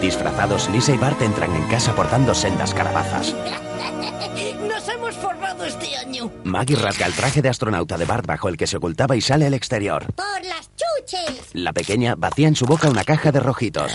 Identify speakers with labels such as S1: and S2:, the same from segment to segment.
S1: Disfrazados, Lisa y Bart entran en casa portando sendas calabazas.
S2: Nos hemos forrado este año.
S1: Maggie rasga el traje de astronauta de Bart bajo el que se ocultaba y sale al exterior.
S3: Por las chuches.
S1: La pequeña vacía en su boca una caja de rojitos.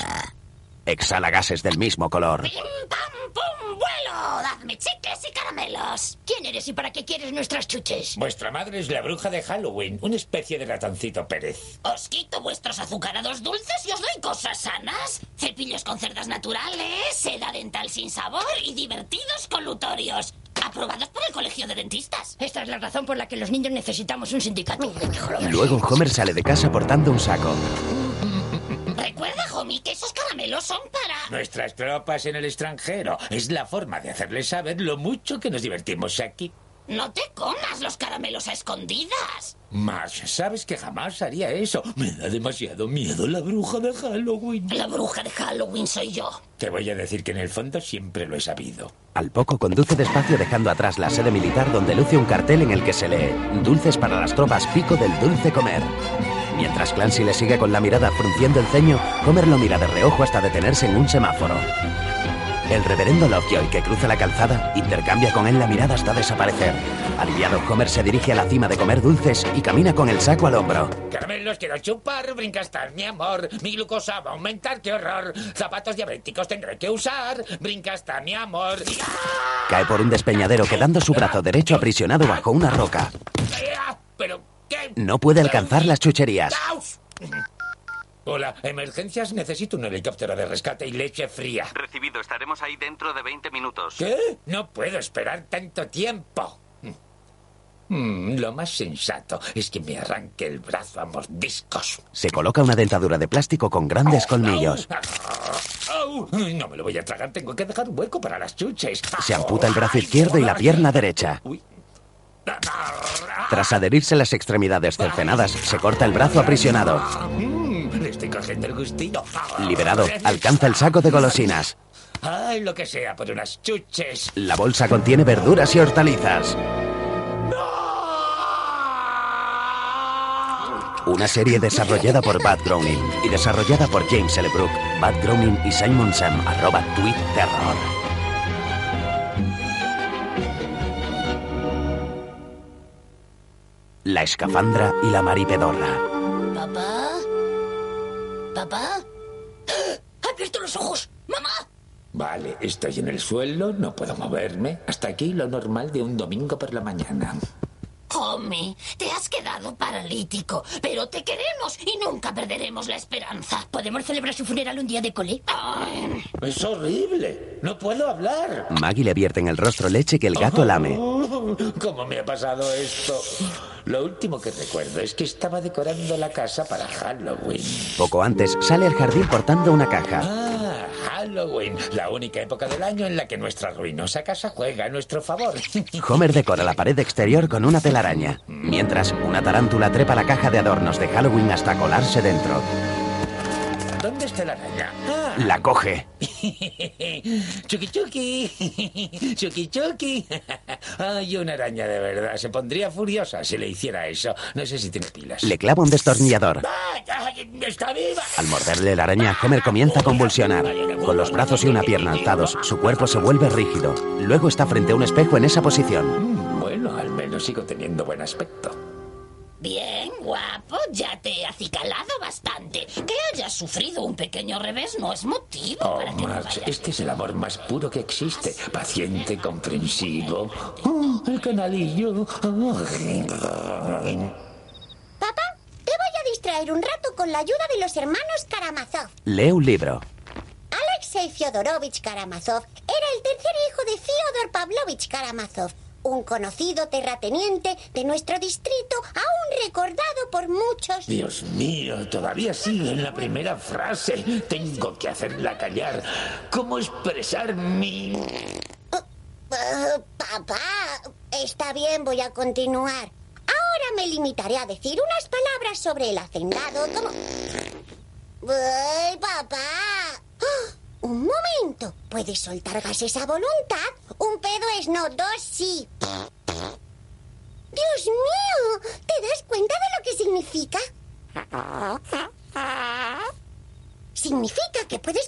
S1: Exhala gases del mismo color.
S3: ¡Pim, pam, pum, vuelo! ¡Dadme chicles y caramelos! ¿Quién eres y para qué quieres nuestras chuches?
S4: Vuestra madre es la bruja de Halloween, una especie de ratoncito Pérez.
S3: Os quito vuestros azucarados dulces y os doy cosas sanas. Cepillos con cerdas naturales, seda dental sin sabor y divertidos colutorios. Aprobados por el colegio de dentistas.
S2: Esta es la razón por la que los niños necesitamos un sindicato.
S1: Luego Homer sale de casa portando un saco.
S3: Recuerda, Homie, que esos caramelos son para...
S4: Nuestras tropas en el extranjero es la forma de hacerles saber lo mucho que nos divertimos aquí.
S3: No te comas los caramelos a escondidas.
S4: Marsh, sabes que jamás haría eso. Me da demasiado miedo la bruja de Halloween.
S3: La bruja de Halloween soy yo.
S4: Te voy a decir que en el fondo siempre lo he sabido.
S1: Al poco conduce despacio dejando atrás la sede militar donde luce un cartel en el que se lee Dulces para las tropas pico del dulce comer. Mientras Clancy le sigue con la mirada frunciendo el ceño, Homer lo mira de reojo hasta detenerse en un semáforo. El reverendo Lovejoy, que cruza la calzada, intercambia con él la mirada hasta desaparecer. Aliviado, Homer se dirige a la cima de comer dulces y camina con el saco al hombro.
S4: Caramelos quiero chupar, brincastar, mi amor. Mi glucosa va a aumentar, qué horror. Zapatos diabéticos tendré que usar. Brincastar, mi amor. ¡Ah,
S1: Cae por un despeñadero, quedando su brazo derecho aprisionado bajo una roca.
S4: ah! ¿Pero qué?
S1: No puede alcanzar las chucherías.
S4: ¡Aus! Hola, emergencias, necesito un helicóptero de rescate y leche fría.
S5: Recibido, estaremos ahí dentro de 20 minutos.
S4: ¿Qué? No puedo esperar tanto tiempo. Mm, lo más sensato es que me arranque el brazo a mordiscos.
S1: Se coloca una dentadura de plástico con grandes colmillos.
S4: Au, No me lo voy a tragar, tengo que dejar hueco para las chuches.
S1: Se amputa el brazo izquierdo y la pierna derecha.
S4: Uy.
S1: Tras adherirse las extremidades cercenadas, se corta el brazo aprisionado.
S4: Mm, le estoy cogiendo el gustito.
S1: Liberado, alcanza el saco de golosinas.
S4: Ay, lo que sea, por unas chuches.
S1: La bolsa contiene verduras y hortalizas. Una serie desarrollada por Bad Groening y desarrollada por James L. Brook, Bad Groening y Simon Sam, arroba tweet terror. La escafandra y la maripedorra.
S2: ¿Papá? ¿Papá? ¡Ah! ¡Has visto los ojos! ¡Mamá!
S4: Vale, estoy en el suelo, no puedo moverme. Hasta aquí lo normal de un domingo por la mañana.
S3: Homie, te has quedado paralítico, pero te queremos y nunca perderemos la esperanza.
S2: ¿Podemos celebrar su funeral un día de cole?
S3: Ay,
S4: Es horrible, no puedo hablar.
S1: Maggie le vierte en el rostro leche que el gato lame.
S4: Oh, ¿Cómo me ha pasado esto? Lo último que recuerdo es que estaba decorando la casa para Halloween.
S1: Poco antes sale al jardín portando una caja.
S4: Ah, Halloween, la única época del año en la que nuestra ruinosa casa juega a nuestro favor.
S1: Homer decora la pared exterior con una telaraña, mientras una tarántula trepa la caja de adornos de Halloween hasta colarse dentro.
S4: ¿Dónde está la araña? Ah,
S1: La coge.
S4: Chucky Chucky. Chucky Chucky. Ay, una araña de verdad. Se pondría furiosa si le hiciera eso. No sé si tiene pilas.
S1: Le clava un destornillador.
S4: ¡Ay, ay, ¡Está viva!
S1: Al morderle la araña, Homer comienza a convulsionar. Con los brazos y una pierna alzados, su cuerpo se vuelve rígido. Luego está frente a un espejo en esa posición.
S4: Mm, Bueno, al menos sigo teniendo buen aspecto.
S3: Bien, guapo, ya te he acicalado bastante. Que hayas sufrido un pequeño revés no es motivo
S4: Oh,
S3: para que no
S4: Max,
S3: vayas.
S4: este es el amor más puro que existe. Paciente, comprensivo. Oh, el canalillo. Oh.
S3: Papá, te voy a distraer un rato con la ayuda de los hermanos Karamazov.
S1: Lee un libro.
S3: Alexei Fyodorovich Karamazov era el tercer hijo de Fyodor Pavlovich Karamazov, un conocido terrateniente de nuestro distrito, aún recordado por muchos.
S4: Dios mío, todavía sigue en la primera frase. Tengo que hacerla callar. ¿Cómo expresar mi...
S3: Eh, papá, está bien, voy a continuar. Ahora me limitaré a decir unas palabras sobre el hacendado como... ¡Ay, papá! ¡Ah! Un momento, ¿puedes soltar gases a voluntad? Un pedo es no, dos sí. Dios mío, ¿te das cuenta de lo que significa? Significa que puedes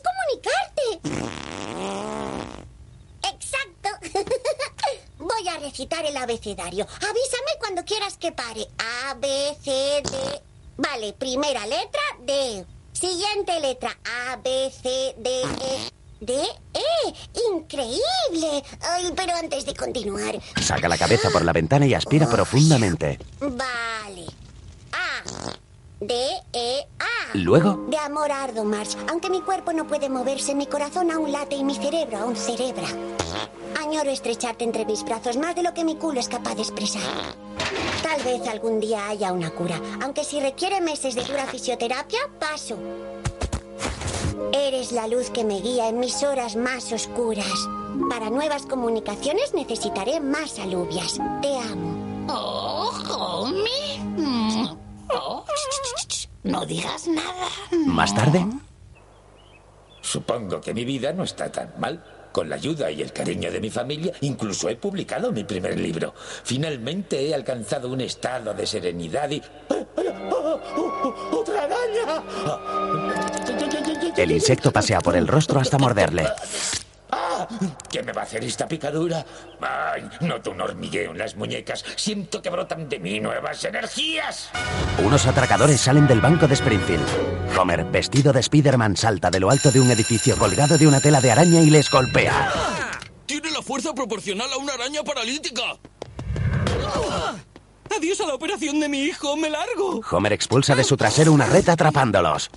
S3: comunicarte Exacto. Voy a recitar el abecedario. Avísame cuando quieras que pare. A, B, C, D. Vale, primera letra, D. Siguiente letra, A, B, C, D, E. D, E. Increíble. Ay, pero antes de continuar.
S1: Saca la cabeza por la ventana y aspira profundamente.
S3: Vale. A, D, E, A.
S1: Luego,
S3: De amor ardo, March. Aunque mi cuerpo no puede moverse, mi corazón aún late y mi cerebro aún cerebra. Añoro estrecharte entre mis brazos más de lo que mi culo es capaz de expresar. Tal vez algún día haya una cura, aunque si requiere meses de dura fisioterapia, paso. Eres la luz que me guía en mis horas más oscuras. Para nuevas comunicaciones necesitaré más alubias. Te amo.
S2: Oh, homie. Mm. Oh. No digas nada.
S1: más tarde,
S4: Supongo que mi vida no está tan mal. Con la ayuda y el cariño de mi familia, incluso he publicado mi primer libro. Finalmente he alcanzado un estado de serenidad y... ¡Ah, ah, ah! ¡Otra araña! ¡Ah!
S1: el insecto pasea por el rostro hasta morderle.
S4: ¡Ah! ¿Qué me va a hacer esta picadura? ¡Ay! Noto un hormigueo en las muñecas. Siento que brotan de mí nuevas energías.
S1: Unos atracadores salen del banco de Springfield. Homer, vestido de Spider-Man, salta de lo alto de un edificio colgado de una tela de araña y les golpea.
S6: Tiene la fuerza proporcional a una araña paralítica. ¡Ah! Adiós a la operación de mi hijo, me largo.
S1: Homer expulsa de su trasero una red atrapándolos.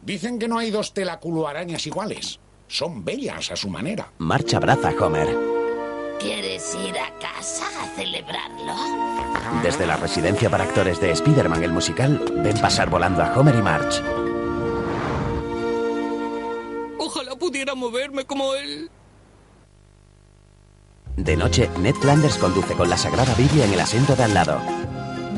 S7: Dicen que no hay dos telaculoarañas iguales. Son bellas a su manera.
S1: March abraza a Homer.
S2: ¿Quieres ir a casa a celebrarlo?
S1: Desde la residencia para actores de Spider-Man el musical, ven pasar volando a Homer y March.
S6: Ojalá pudiera moverme como él.
S1: De noche, Ned Flanders conduce con la Sagrada Biblia en el asiento de al lado.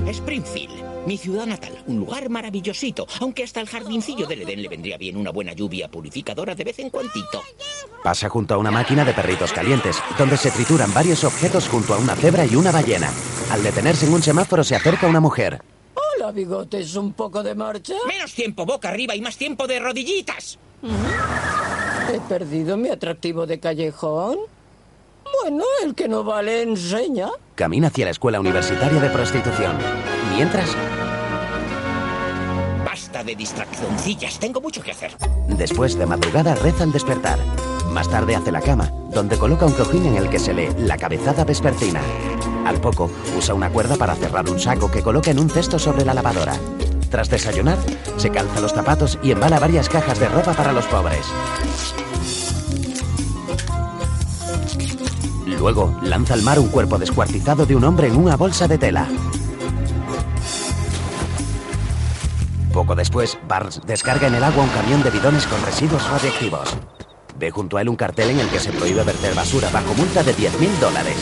S8: Springfield, mi ciudad natal, un lugar maravillosito, aunque hasta el jardincillo del Edén le vendría bien una buena lluvia purificadora de vez en cuantito.
S1: Pasa junto a una máquina de perritos calientes, donde se trituran varios objetos junto a una cebra y una ballena. Al detenerse en un semáforo se acerca una mujer.
S9: Hola, bigotes, ¿un poco de marcha?
S8: Menos tiempo boca arriba y más tiempo de rodillitas.
S9: ¿He perdido mi atractivo de callejón? Bueno, el que no vale enseña.
S1: Camina hacia la escuela universitaria de prostitución. Mientras,
S8: Basta de distraccioncillas, tengo mucho que hacer.
S1: después de madrugada reza al despertar. Más tarde hace la cama, donde coloca un cojín en el que se lee la cabezada vespertina. Al poco, usa una cuerda para cerrar un saco que coloca en un cesto sobre la lavadora. Tras desayunar, se calza los zapatos y embala varias cajas de ropa para los pobres. Luego, lanza al mar un cuerpo descuartizado de un hombre en una bolsa de tela. Poco después, Barnes descarga en el agua un camión de bidones con residuos radiactivos. Ve junto a él un cartel en el que se prohíbe verter basura bajo multa de 10.000 dólares.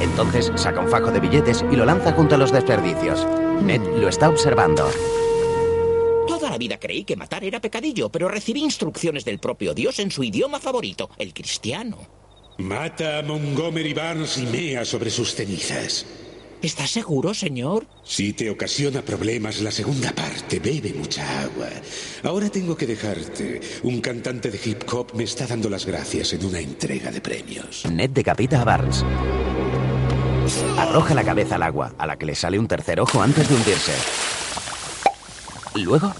S1: Entonces saca un fajo de billetes y lo lanza junto a los desperdicios. Ned lo está observando.
S8: Toda la vida creí que matar era pecadillo, pero recibí instrucciones del propio Dios en su idioma favorito, el cristiano.
S10: Mata a Montgomery Barnes y mea sobre sus cenizas.
S8: ¿Estás seguro, señor?
S10: Si te ocasiona problemas la segunda parte, bebe mucha agua. Ahora tengo que dejarte. Un cantante de hip hop me está dando las gracias en una entrega de premios.
S1: Ned decapita a Barnes. Arroja la cabeza al agua, a la que le sale un tercer ojo antes de hundirse. Luego,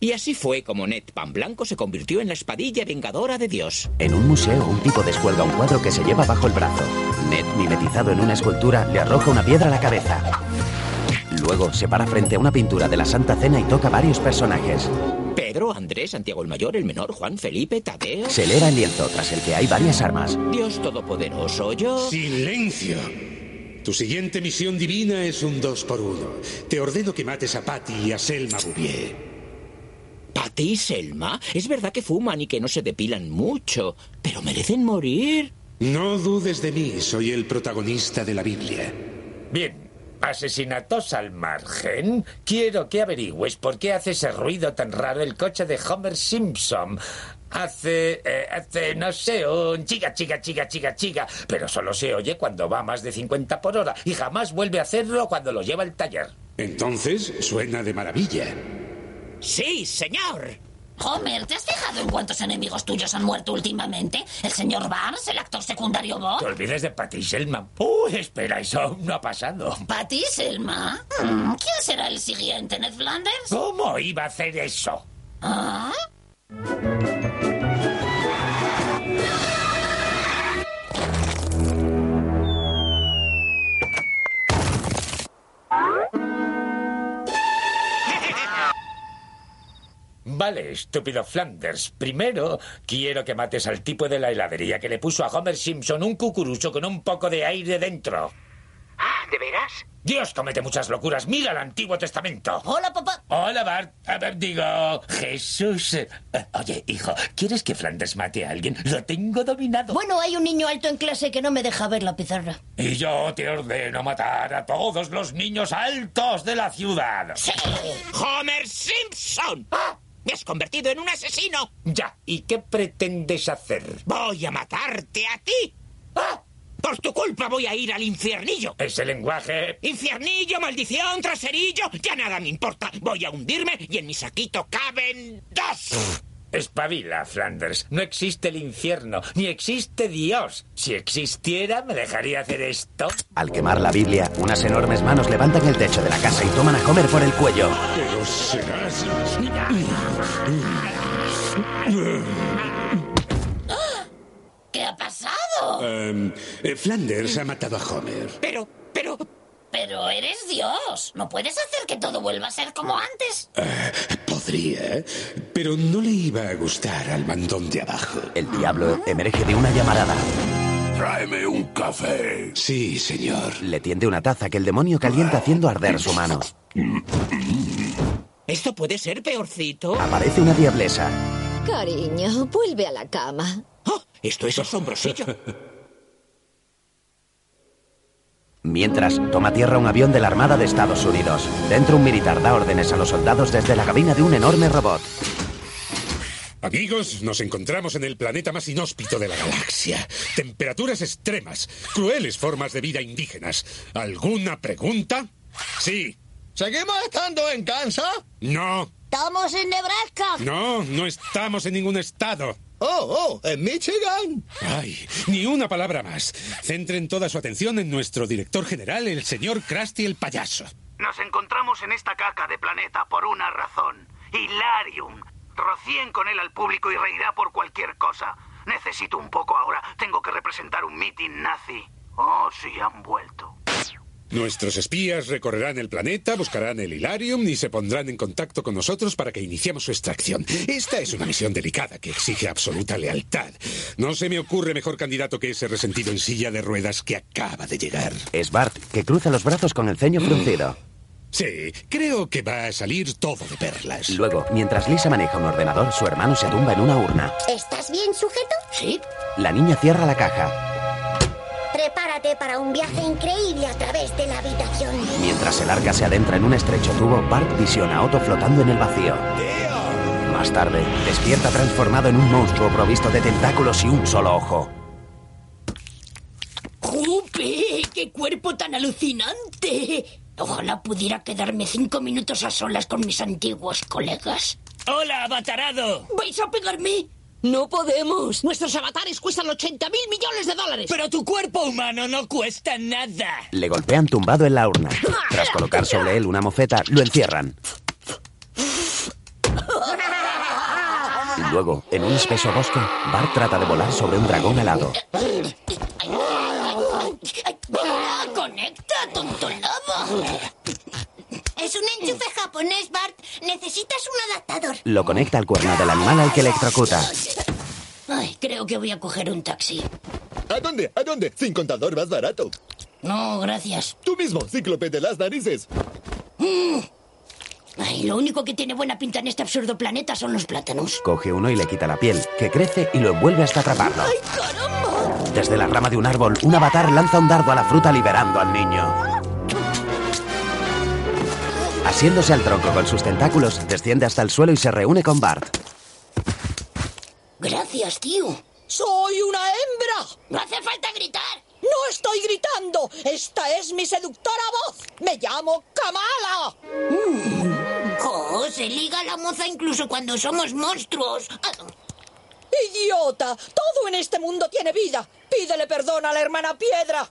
S8: Y así fue como Ned Pan Blanco se convirtió en la espadilla vengadora de Dios.
S1: En un museo, un tipo descuelga un cuadro que se lleva bajo el brazo. Ned, mimetizado en una escultura, le arroja una piedra a la cabeza. Luego se para frente a una pintura de la Santa Cena y toca varios personajes.
S8: Pedro, Andrés, Santiago el Mayor, el Menor, Juan, Felipe, Tadeo.
S1: Se eleva el lienzo, tras el que hay varias armas.
S8: Dios Todopoderoso, yo.
S10: ¡Silencio! Tu siguiente misión divina es un dos por uno. Te ordeno que mates a Patty y a Selma Bouvier.
S8: Patty y Selma, es verdad que fuman y que no se depilan mucho, pero merecen morir.
S10: No dudes de mí, soy el protagonista de la Biblia.
S4: Bien, asesinatos al margen. Quiero que averigües por qué hace ese ruido tan raro el coche de Homer Simpson. Hace, eh, hace, no sé, un chica, chica, chica, chica, chica, pero solo se oye cuando va a más de 50 por hora y jamás vuelve a hacerlo cuando lo lleva al taller.
S10: Entonces, suena de maravilla.
S8: Sí, señor.
S2: Homer, ¿te has fijado fijado en cuántos enemigos tuyos han muerto últimamente? ¿El señor Barnes? ¿El actor secundario Bob?
S4: Te olvides de Patty Selma. ¡Uh, espera, eso aún no ha pasado!
S2: ¿Patty Selma? Mm, ¿Quién será el siguiente, Ned Flanders?
S4: ¿Cómo iba a hacer eso?
S2: ¿Ah?
S4: Vale, estúpido Flanders. Primero quiero que mates al tipo de la heladería que le puso a Homer Simpson un cucurucho con un poco de aire dentro.
S11: Ah, ¿de veras?
S4: Dios comete muchas locuras. Mira el Antiguo Testamento.
S2: Hola, papá.
S4: Hola, Bart. A ver, digo, Jesús. Eh, Oye, hijo, ¿quieres que Flanders mate a alguien? Lo tengo dominado.
S2: Bueno, hay un niño alto en clase que no me deja ver la pizarra.
S4: Y yo te ordeno matar a todos los niños altos de la ciudad.
S8: ¡Sí! ¡Homer Simpson! ¡Ah! ¡Me has convertido en un asesino!
S4: Ya, ¿y qué pretendes hacer?
S8: ¡Voy a matarte a ti! ¡Ah! Por tu culpa voy a ir al infiernillo.
S4: Ese lenguaje.
S8: Infiernillo, maldición, traserillo, ya nada me importa. Voy a hundirme y en mi saquito caben dos.
S4: Espabila, Flanders. No existe el infierno, ni existe Dios. Si existiera, ¿me dejaría hacer esto?
S1: Al quemar la Biblia, unas enormes manos levantan el techo de la casa y toman a Homer por el cuello.
S10: Pero serás.
S2: ¿Qué ha pasado?
S10: Em, eh, Flanders ha matado a Homer.
S8: Pero, pero,
S2: Pero eres Dios. No puedes hacer que todo vuelva a ser como antes.
S10: Podría, pero no le iba a gustar al mandón de abajo.
S1: El diablo emerge de una llamarada.
S10: Tráeme un café. Sí, señor.
S1: Le tiende una taza que el demonio calienta haciendo arder su mano.
S8: esto puede ser peorcito.
S1: Aparece una diablesa.
S12: Cariño, vuelve a la cama.
S8: ¡Oh! Esto es asombrosillo.
S1: Mientras, toma tierra un avión de la Armada de Estados Unidos. Dentro un militar da órdenes a los soldados desde la cabina de un enorme robot.
S10: Amigos, nos encontramos en el planeta más inhóspito de la galaxia. Temperaturas extremas, crueles formas de vida indígenas. ¿Alguna pregunta? Sí.
S13: ¿Seguimos estando en Kansas?
S10: No.
S3: Estamos en Nebraska.
S10: No, no estamos en ningún estado.
S13: Oh, oh, en Michigan.
S10: Ay, ni una palabra más. Centren toda su atención en nuestro director general, el señor Krusty el payaso.
S5: Nos encontramos en esta caca de planeta por una razón. Hilarium. Rocíen con él al público y reirá por cualquier cosa. Necesito un poco ahora. Tengo que representar un mitin nazi. Oh, sí, han vuelto.
S10: Nuestros espías recorrerán el planeta, buscarán el Hilarium y se pondrán en contacto con nosotros para que iniciemos su extracción. Esta es una misión delicada que exige absoluta lealtad. No se me ocurre mejor candidato que ese resentido en silla de ruedas que acaba de llegar.
S1: Es Bart, que cruza los brazos con el ceño
S5: Mm.
S1: fruncido.
S10: Sí, creo que va a salir todo de perlas.
S1: Luego, mientras Lisa maneja un ordenador, su hermano se tumba en una urna.
S3: ¿Estás bien sujeto?
S2: Sí.
S1: La niña cierra la caja.
S3: Prepárate para un viaje increíble a través de la habitación.
S1: Mientras el arca se adentra en un estrecho tubo, Bart visiona a Otto flotando en el vacío. Más tarde, despierta transformado en un monstruo provisto de tentáculos y un solo ojo.
S2: ¡Jupe! ¡Qué cuerpo tan alucinante! Ojalá pudiera quedarme cinco minutos a solas con mis antiguos colegas.
S8: ¡Hola, abatarado!
S2: ¿Vais a pegarme?
S9: No podemos.
S14: Nuestros avatares cuestan 80 mil millones de dólares.
S8: Pero tu cuerpo humano no cuesta nada.
S1: Le golpean tumbado en la urna. Tras colocar sobre él una mofeta, lo encierran. Luego, en un espeso bosque, Bart trata de volar sobre un dragón helado.
S2: ¡Ah! ¡Conecta, tontolaba!
S3: Es un enchufe japonés, Bart. Necesitas un adaptador.
S1: Lo conecta al cuerno del animal al que electrocuta.
S2: Ay, creo que voy a coger un taxi.
S13: ¿A dónde? ¿A dónde? Sin contador más barato.
S2: No, gracias.
S13: Tú mismo, cíclope de las narices.
S2: Ay, lo único que tiene buena pinta en este absurdo planeta son los plátanos.
S1: Coge uno y le quita la piel, que crece y lo envuelve hasta atraparlo.
S2: ¡Ay, caramba!
S1: Desde la rama de un árbol, un avatar lanza un dardo a la fruta liberando al niño. Asiéndose al tronco con sus tentáculos, desciende hasta el suelo y se reúne con Bart.
S2: Gracias, tío.
S14: ¡Soy una hembra!
S2: ¡No hace falta gritar!
S14: ¡No estoy gritando! ¡Esta es mi seductora voz! ¡Me llamo Kamala!
S2: ¡Oh, se liga la moza incluso cuando somos monstruos. Ah,
S14: ¡Idiota! Todo en este mundo tiene vida. Pídele perdón a la hermana Piedra.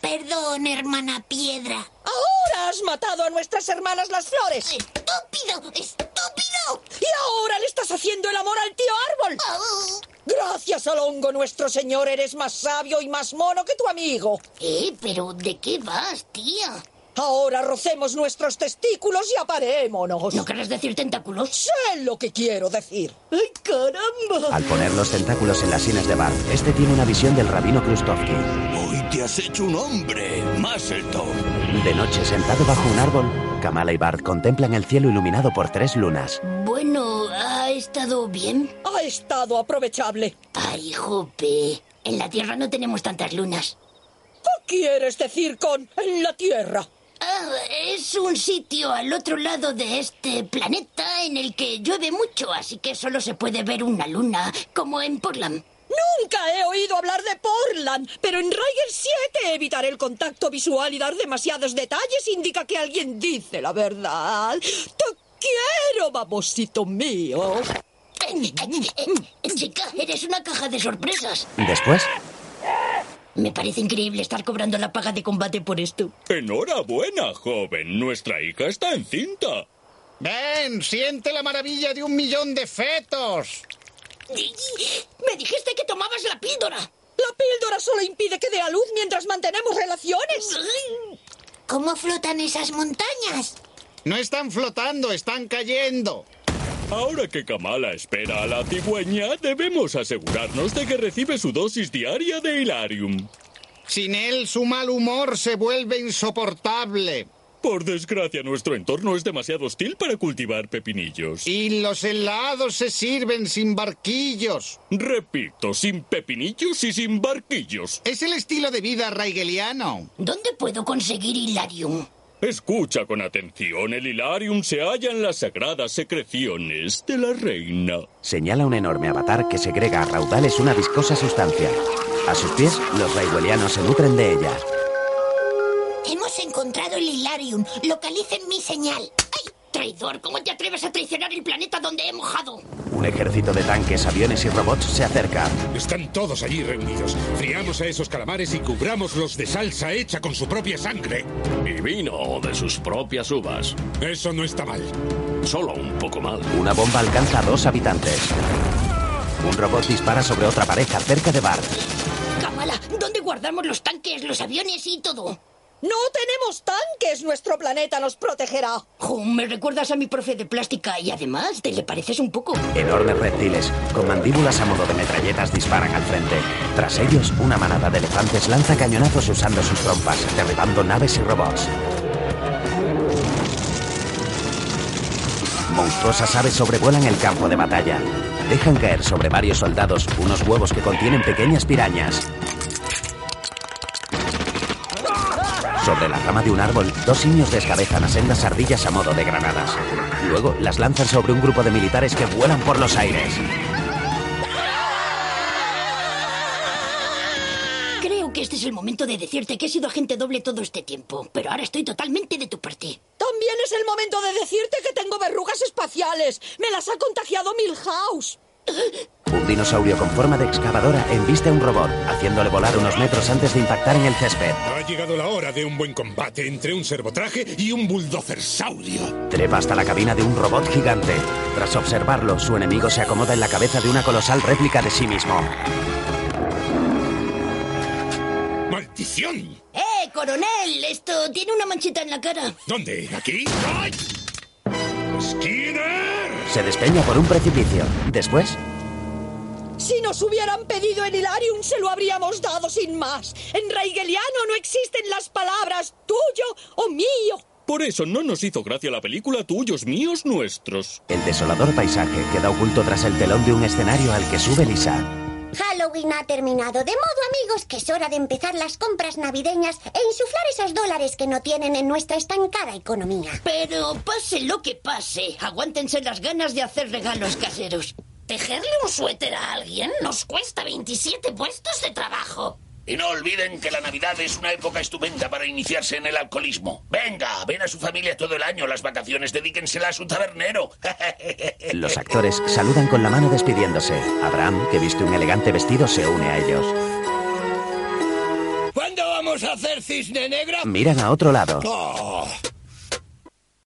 S2: Perdón, hermana Piedra.
S14: Ahora has matado a nuestras hermanas las flores.
S2: ¡Estúpido! ¡Estúpido!
S14: Y ahora le estás haciendo el amor al tío árbol.
S2: Oh.
S14: Gracias al hongo, nuestro señor, eres más sabio y más mono que tu amigo.
S2: Eh, pero ¿de qué vas, tía?
S14: Ahora rocemos nuestros testículos y aparémonos.
S2: ¿No querés decir tentáculos?
S14: Sé lo que quiero decir. ¡Ay, caramba!
S1: Al poner los tentáculos en las sienes de Bart, este tiene una visión del rabino Krustovsky.
S11: Hoy te has hecho un hombre, Maselton.
S1: De noche, sentado bajo un árbol, Kamala y Bart contemplan el cielo iluminado por tres lunas.
S2: Bueno, ¿ha estado bien?
S14: Ha estado aprovechable.
S2: Ay, jope. En la Tierra no tenemos tantas lunas.
S14: ¿Qué quieres decir con en la Tierra?
S2: Ah, es un sitio al otro lado de este planeta en el que llueve mucho, así que solo se puede ver una luna, como en Portland.
S14: Nunca he oído hablar de Portland, pero en Raider 7 evitar el contacto visual y dar demasiados detalles indica que alguien dice la verdad. ¡Te quiero, babosito mío!
S2: Eh, eh, eh, Chica, eres una caja de sorpresas.
S1: Después,
S2: Me parece increíble estar cobrando la paga de combate por esto.
S11: Enhorabuena, joven. Nuestra hija está encinta.
S15: Ven, siente la maravilla de un millón de fetos.
S2: Me dijiste que tomabas la píldora.
S14: La píldora solo impide que dé a luz mientras mantenemos relaciones.
S3: ¿Cómo flotan esas montañas?
S15: No están flotando, están cayendo.
S11: Ahora que Kamala espera a la cigüeña, debemos asegurarnos de que recibe su dosis diaria de Hilarium.
S15: Sin él, su mal humor se vuelve insoportable.
S11: Por desgracia, nuestro entorno es demasiado hostil para cultivar pepinillos.
S15: Y los helados se sirven sin barquillos.
S11: Repito, sin pepinillos y sin barquillos.
S15: Es el estilo de vida raigeliano.
S2: ¿Dónde puedo conseguir Hilarium?
S11: Escucha con atención, el Hilarium se halla en las sagradas secreciones de la reina.
S1: señala un enorme avatar que segrega a raudales una viscosa sustancia. A sus pies, los raigüelianos se nutren de ella.
S3: Hemos encontrado el Hilarium. Localicen mi señal.
S2: ¡Ay, traidor! ¿Cómo te atreves a traicionar el planeta donde he mojado?
S1: Un ejército de tanques, aviones y robots se acerca.
S10: Están todos allí reunidos. Friamos a esos calamares y cubrámoslos de salsa hecha con su propia sangre.
S16: Y vino de sus propias uvas.
S10: Eso no está mal.
S16: Solo un poco mal.
S1: Una bomba alcanza a dos habitantes. Un robot dispara sobre otra pareja cerca de Bart.
S2: Kamala, ¿dónde guardamos los tanques, los aviones y todo?
S14: No tenemos tanques, nuestro planeta nos protegerá.
S2: Jo, me recuerdas a mi profe de plástica y además te le pareces un poco.
S1: Enormes reptiles, con mandíbulas a modo de metralletas, disparan al frente. Tras ellos, una manada de elefantes lanza cañonazos usando sus trompas, derribando naves y robots. Monstruosas aves sobrevuelan el campo de batalla. Dejan caer sobre varios soldados unos huevos que contienen pequeñas pirañas. Sobre la rama de un árbol, dos simios descabezan a sendas ardillas a modo de granadas. Luego las lanzan sobre un grupo de militares que vuelan por los aires.
S2: Creo que este es el momento de decirte que he sido agente doble todo este tiempo, pero ahora estoy totalmente de tu parte.
S14: También es el momento de decirte que tengo verrugas espaciales. Me las ha contagiado Milhouse.
S1: Un dinosaurio con forma de excavadora embiste a un robot, haciéndole volar unos metros antes de impactar en el césped.
S10: Ha llegado la hora de un buen combate entre un servotraje y un bulldozersaurio.
S1: Trepa hasta la cabina de un robot gigante. Tras observarlo, su enemigo se acomoda en la cabeza de una colosal réplica de sí mismo.
S10: ¡Maldición!
S2: ¡Eh, coronel! Esto tiene una manchita en la cara.
S10: ¿Dónde? ¿Aquí? ¡Ay! ¡Skinner!
S1: Se despeña por un precipicio. Después,
S14: Si nos hubieran pedido en Hilarium, se lo habríamos dado sin más. En Raigeliano no existen las palabras tuyo o mío.
S11: Por eso no nos hizo gracia la película Tuyos, Míos, Nuestros.
S1: el desolador paisaje queda oculto tras el telón de un escenario al que sube Lisa.
S3: Halloween ha terminado. De modo, amigos, que es hora de empezar las compras navideñas e insuflar esos dólares que no tienen en nuestra estancada economía.
S2: Pero pase lo que pase, aguántense las ganas de hacer regalos caseros. Tejerle un suéter a alguien nos cuesta 27 puestos de trabajo.
S4: Y no olviden que la Navidad es una época estupenda para iniciarse en el alcoholismo. Venga, ven a su familia todo el año, las vacaciones, dedíquensela a su tabernero.
S1: Los actores saludan con la mano despidiéndose. Abraham, que viste un elegante vestido, se une a ellos.
S17: ¿Cuándo vamos a hacer cisne negra?
S1: Miran a otro lado.
S17: Oh,